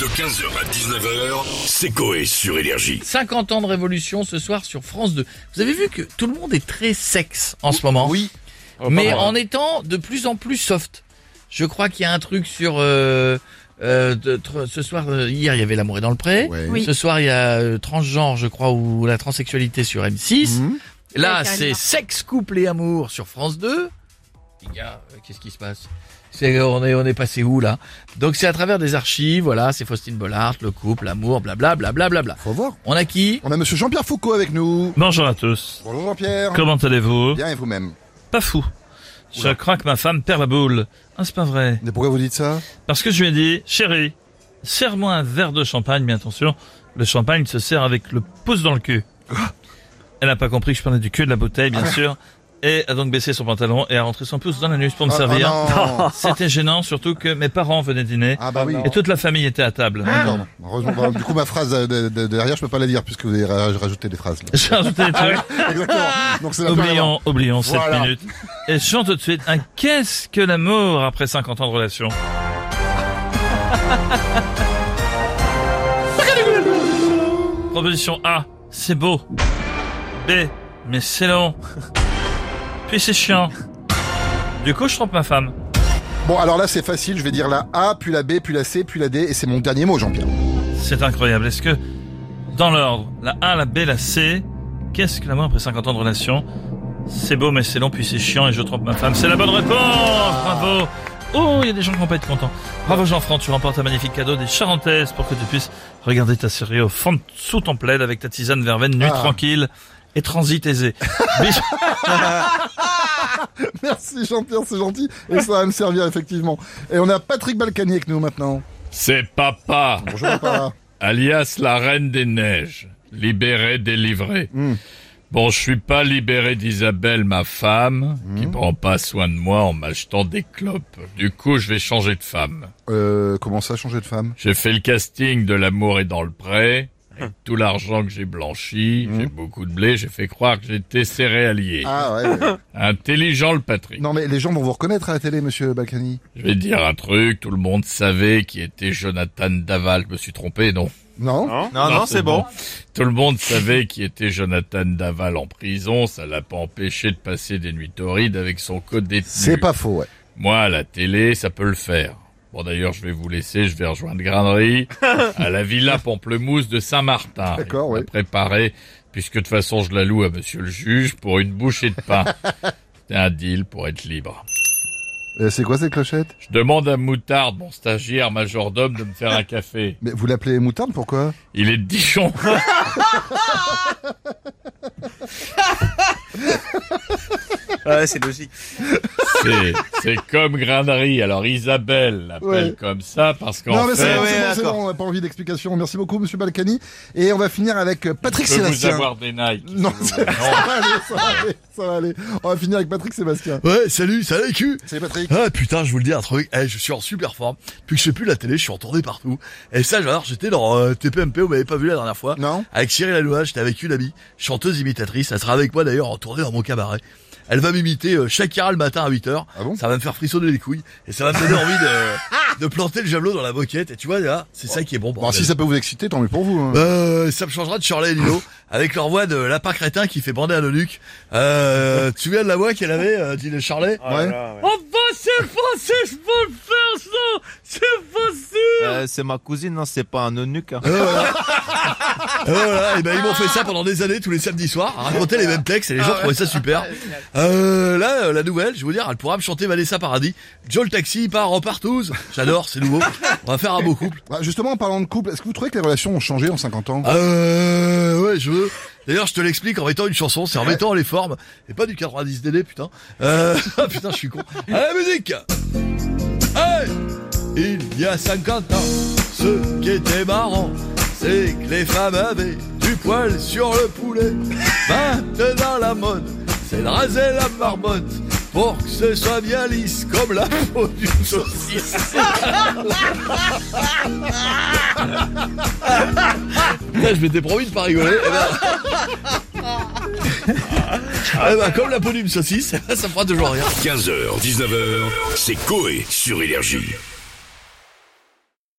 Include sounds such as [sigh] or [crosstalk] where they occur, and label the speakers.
Speaker 1: De 15h à 19h, c'est Coé sur Énergie.
Speaker 2: 50 ans de révolution ce soir sur France 2. Vous avez vu que tout le monde est très sexe en ce moment.
Speaker 3: Oui.
Speaker 4: Oh,
Speaker 2: Mais en étant de plus en plus soft. Je crois qu'il y a un truc sur... euh, euh, de- tr- ce soir, euh, hier, il y avait l'amour est dans le pré.
Speaker 3: Ouais.
Speaker 5: Oui.
Speaker 2: Ce soir, il y a euh, transgenre, je crois, ou la transsexualité sur M6.
Speaker 3: Mhm.
Speaker 2: Là,
Speaker 5: Ouais, carrément.
Speaker 2: c'est sexe, couple et amour sur France 2. Les gars, euh, qu'est-ce qui se passe c'est, on est, on est passé où là Donc c'est à travers des archives, voilà, c'est Faustine Bollard, le couple, l'amour, blablabla, blablabla.
Speaker 3: Faut voir.
Speaker 2: On a qui
Speaker 3: On a monsieur Jean-Pierre Foucault avec nous.
Speaker 6: Bonjour à tous.
Speaker 3: Bonjour Jean-Pierre.
Speaker 6: Comment allez-vous
Speaker 3: Bien et vous-même.
Speaker 6: Pas fou. Je crois que ma femme perd la boule. Ah, c'est pas vrai.
Speaker 3: Mais pourquoi vous dites ça
Speaker 6: Parce que je lui ai dit, chérie, serre-moi un verre de champagne, mais attention, le champagne se sert avec le pouce dans le cul.
Speaker 3: Ah.
Speaker 6: Elle n'a pas compris que je parlais du cul de la bouteille, bien sûr, et a donc baissé son pantalon et a rentré son pouce dans l'anus pour me
Speaker 3: Ah,
Speaker 6: servir.
Speaker 3: ah
Speaker 6: [laughs]
Speaker 3: non.
Speaker 6: C'était gênant, surtout que mes parents venaient dîner
Speaker 3: Ah bah oui.
Speaker 6: et toute la famille était à table.
Speaker 3: D'accord. Heureusement, bah, du coup ma phrase euh, de- de- derrière je peux pas la dire puisque vous avez ra- rajouté des phrases. là.
Speaker 6: J'ai rajouté des trucs.
Speaker 3: Exactement. Donc c'est la première.
Speaker 6: Ah, Oublions, oublions
Speaker 3: Voilà.
Speaker 6: cette minute. Et chantons tout de suite un Qu'est-ce que l'amour après 50 ans
Speaker 3: [laughs]
Speaker 6: de relation Proposition A, c'est beau. B, mais c'est long. Puis c'est chiant. Du coup, je trompe ma femme.
Speaker 3: Bon alors là c'est facile, je vais dire la A, puis la B, puis la C, puis la D et c'est mon dernier mot Jean-Pierre. [laughs]
Speaker 6: C'est incroyable. Est-ce que, dans l'ordre, la A, la B, la C, qu'est-ce que l'amour après 50 ans de relation C'est beau, mais c'est long, puis c'est chiant, et je trompe ma femme. C'est la bonne réponse Bravo Oh, il y a des gens qui vont pas être contents. Bravo Jean-Franck, tu remportes un magnifique cadeau des Charentaises pour que tu puisses regarder ta série au fond de- sous ton plaid avec ta tisane verveine, nuit
Speaker 3: Ah.
Speaker 6: tranquille et transit aisé. Bisous.
Speaker 3: Merci Jean-Pierre, c'est gentil et ça va me servir effectivement. Et on a Patrick Balkany avec nous maintenant.
Speaker 7: C'est papa,
Speaker 3: Bonjour
Speaker 6: [laughs]
Speaker 3: papa.
Speaker 7: alias la reine des neiges, libéré, délivré.
Speaker 3: Hmm.
Speaker 7: Bon, je suis pas libéré d'Isabelle, ma femme,
Speaker 3: Hmm.
Speaker 7: qui prend pas soin de moi en m'achetant des clopes. Du coup, je vais changer de femme.
Speaker 3: Euh, comment ça changer de femme
Speaker 7: J'ai fait le casting de L'amour est dans le pré.
Speaker 3: Hmm.
Speaker 7: Avec tout l'argent que j'ai blanchi, j'ai beaucoup de blé, j'ai fait croire que j'étais céréalier.
Speaker 3: Ah ouais, ouais.
Speaker 6: [laughs]
Speaker 7: Intelligent le Patrick.
Speaker 3: Non mais les gens vont vous reconnaître à la télé monsieur Balkany.
Speaker 7: Je vais te dire un truc, tout le monde savait qui était Jonathan Daval. Je me suis trompé, non
Speaker 6: Ah,
Speaker 3: Non
Speaker 8: Ah Non, non, c'est bon.
Speaker 7: Tout le monde savait qui était Jonathan Daval en prison, ça l'a pas empêché de passer des nuits torrides avec son code détenu.
Speaker 3: C'est pas faux, ouais.
Speaker 7: Moi, à la télé, ça peut le faire. Bon d'ailleurs, je vais vous laisser, je vais rejoindre Grainerie
Speaker 8: [laughs]
Speaker 7: à la Villa Pamplemousse de Saint-Martin.
Speaker 3: D'accord, oui.
Speaker 7: Préparé, puisque de toute façon, je la loue à monsieur le juge pour une bouchée de
Speaker 3: [laughs]
Speaker 7: pain. C'est un deal pour être libre.
Speaker 3: Euh, c'est quoi cette clochette
Speaker 7: Je demande à Moutarde, mon stagiaire majordome, de me faire un café.
Speaker 3: Mais vous l'appelez moutarde pourquoi
Speaker 7: Il est
Speaker 4: [laughs]
Speaker 7: de Dijon.
Speaker 8: Ah Ouais, c'est logique.
Speaker 7: C'est, c'est comme Grainerie. Alors Isabelle l'appelle
Speaker 3: Ouais.
Speaker 7: comme ça parce qu'en
Speaker 3: Non, mais c'est
Speaker 7: fait,
Speaker 3: bon,
Speaker 8: ouais,
Speaker 3: c'est bon, c'est
Speaker 8: d'accord.
Speaker 3: bon, on n'a pas envie d'explication. Merci beaucoup, monsieur Balkany. Et on va finir avec euh, Patrick
Speaker 7: je peux vous
Speaker 3: Sébastien.
Speaker 7: avoir des Nike.
Speaker 3: Non, [laughs]
Speaker 7: si
Speaker 3: ça
Speaker 7: vous
Speaker 3: va
Speaker 7: voulez.
Speaker 3: aller, ça va aller, ça va aller. On va finir avec Patrick Sébastien.
Speaker 4: Ouais, salut, salut Q
Speaker 3: C'est Patrick.
Speaker 4: Ah putain, je vous le dis un truc, eh, je suis en super forme. Depuis que je fais plus la télé, je suis en tournée partout. Et ça, alors j'étais dans euh, TPMP, vous m'avez pas vu la dernière fois.
Speaker 3: Non
Speaker 4: Avec Cyril Alouage, j'étais avec une amie, chanteuse imitatrice, elle sera avec moi d'ailleurs en tournée dans mon cabaret. Elle va m'imiter euh, Shakira le matin à 8h.
Speaker 3: Ah bon
Speaker 4: ça va me faire frissonner les couilles et ça va me donner envie
Speaker 3: [laughs]
Speaker 4: de, de planter le javelot dans la boquette. Et tu vois là, c'est ça qui est bon.
Speaker 3: Bon,
Speaker 4: bordel.
Speaker 3: Bah, si ça peut vous exciter, tant mieux pour vous. hein.
Speaker 4: Euh, ça me changera de Shirley et
Speaker 3: [laughs]
Speaker 4: Lino avec leur voix de lapin crétin qui fait bander à Leluc. Euh, tu te souviens de la voix qu'elle avait, euh, dit le Shirley
Speaker 3: ouais.
Speaker 8: Euh, c'est ma cousine, non, c'est pas un eunuque. hein.
Speaker 4: Euh, voilà, et ben ils m'ont fait ça pendant des années tous les samedis soirs, à raconter les mêmes textes et les gens trouvaient ça [laughs] super. Euh, là, euh, la nouvelle, je vais vous dire, elle pourra me chanter Vanessa Paradis. Joel Taxi part en partouze. J'adore, c'est nouveau. On va faire un beau couple.
Speaker 3: Ah, Justement, en parlant de couple, est-ce que vous trouvez que les relations ont changé en 50 ans
Speaker 4: Euh, ouais, je veux. D'ailleurs, je te l'explique en mettant une chanson, c'est en mettant les formes et pas du 90 DD, putain. Euh, [laughs] ah, putain, je suis con. À la musique. Hey Il y a 50 ans, ce qui était marrant, c'est que les femmes avaient du poil sur le poulet. Maintenant, la mode, c'est de raser la marmotte pour que ce soit bien lisse comme la peau d'une saucisse. Putain, [laughs] je m'étais promis de pas rigoler. Eh ben- Eh ben, comme la peau d'une saucisse, ça me fera toujours rien.
Speaker 1: 15h, 19h, c'est Coé sur Énergie.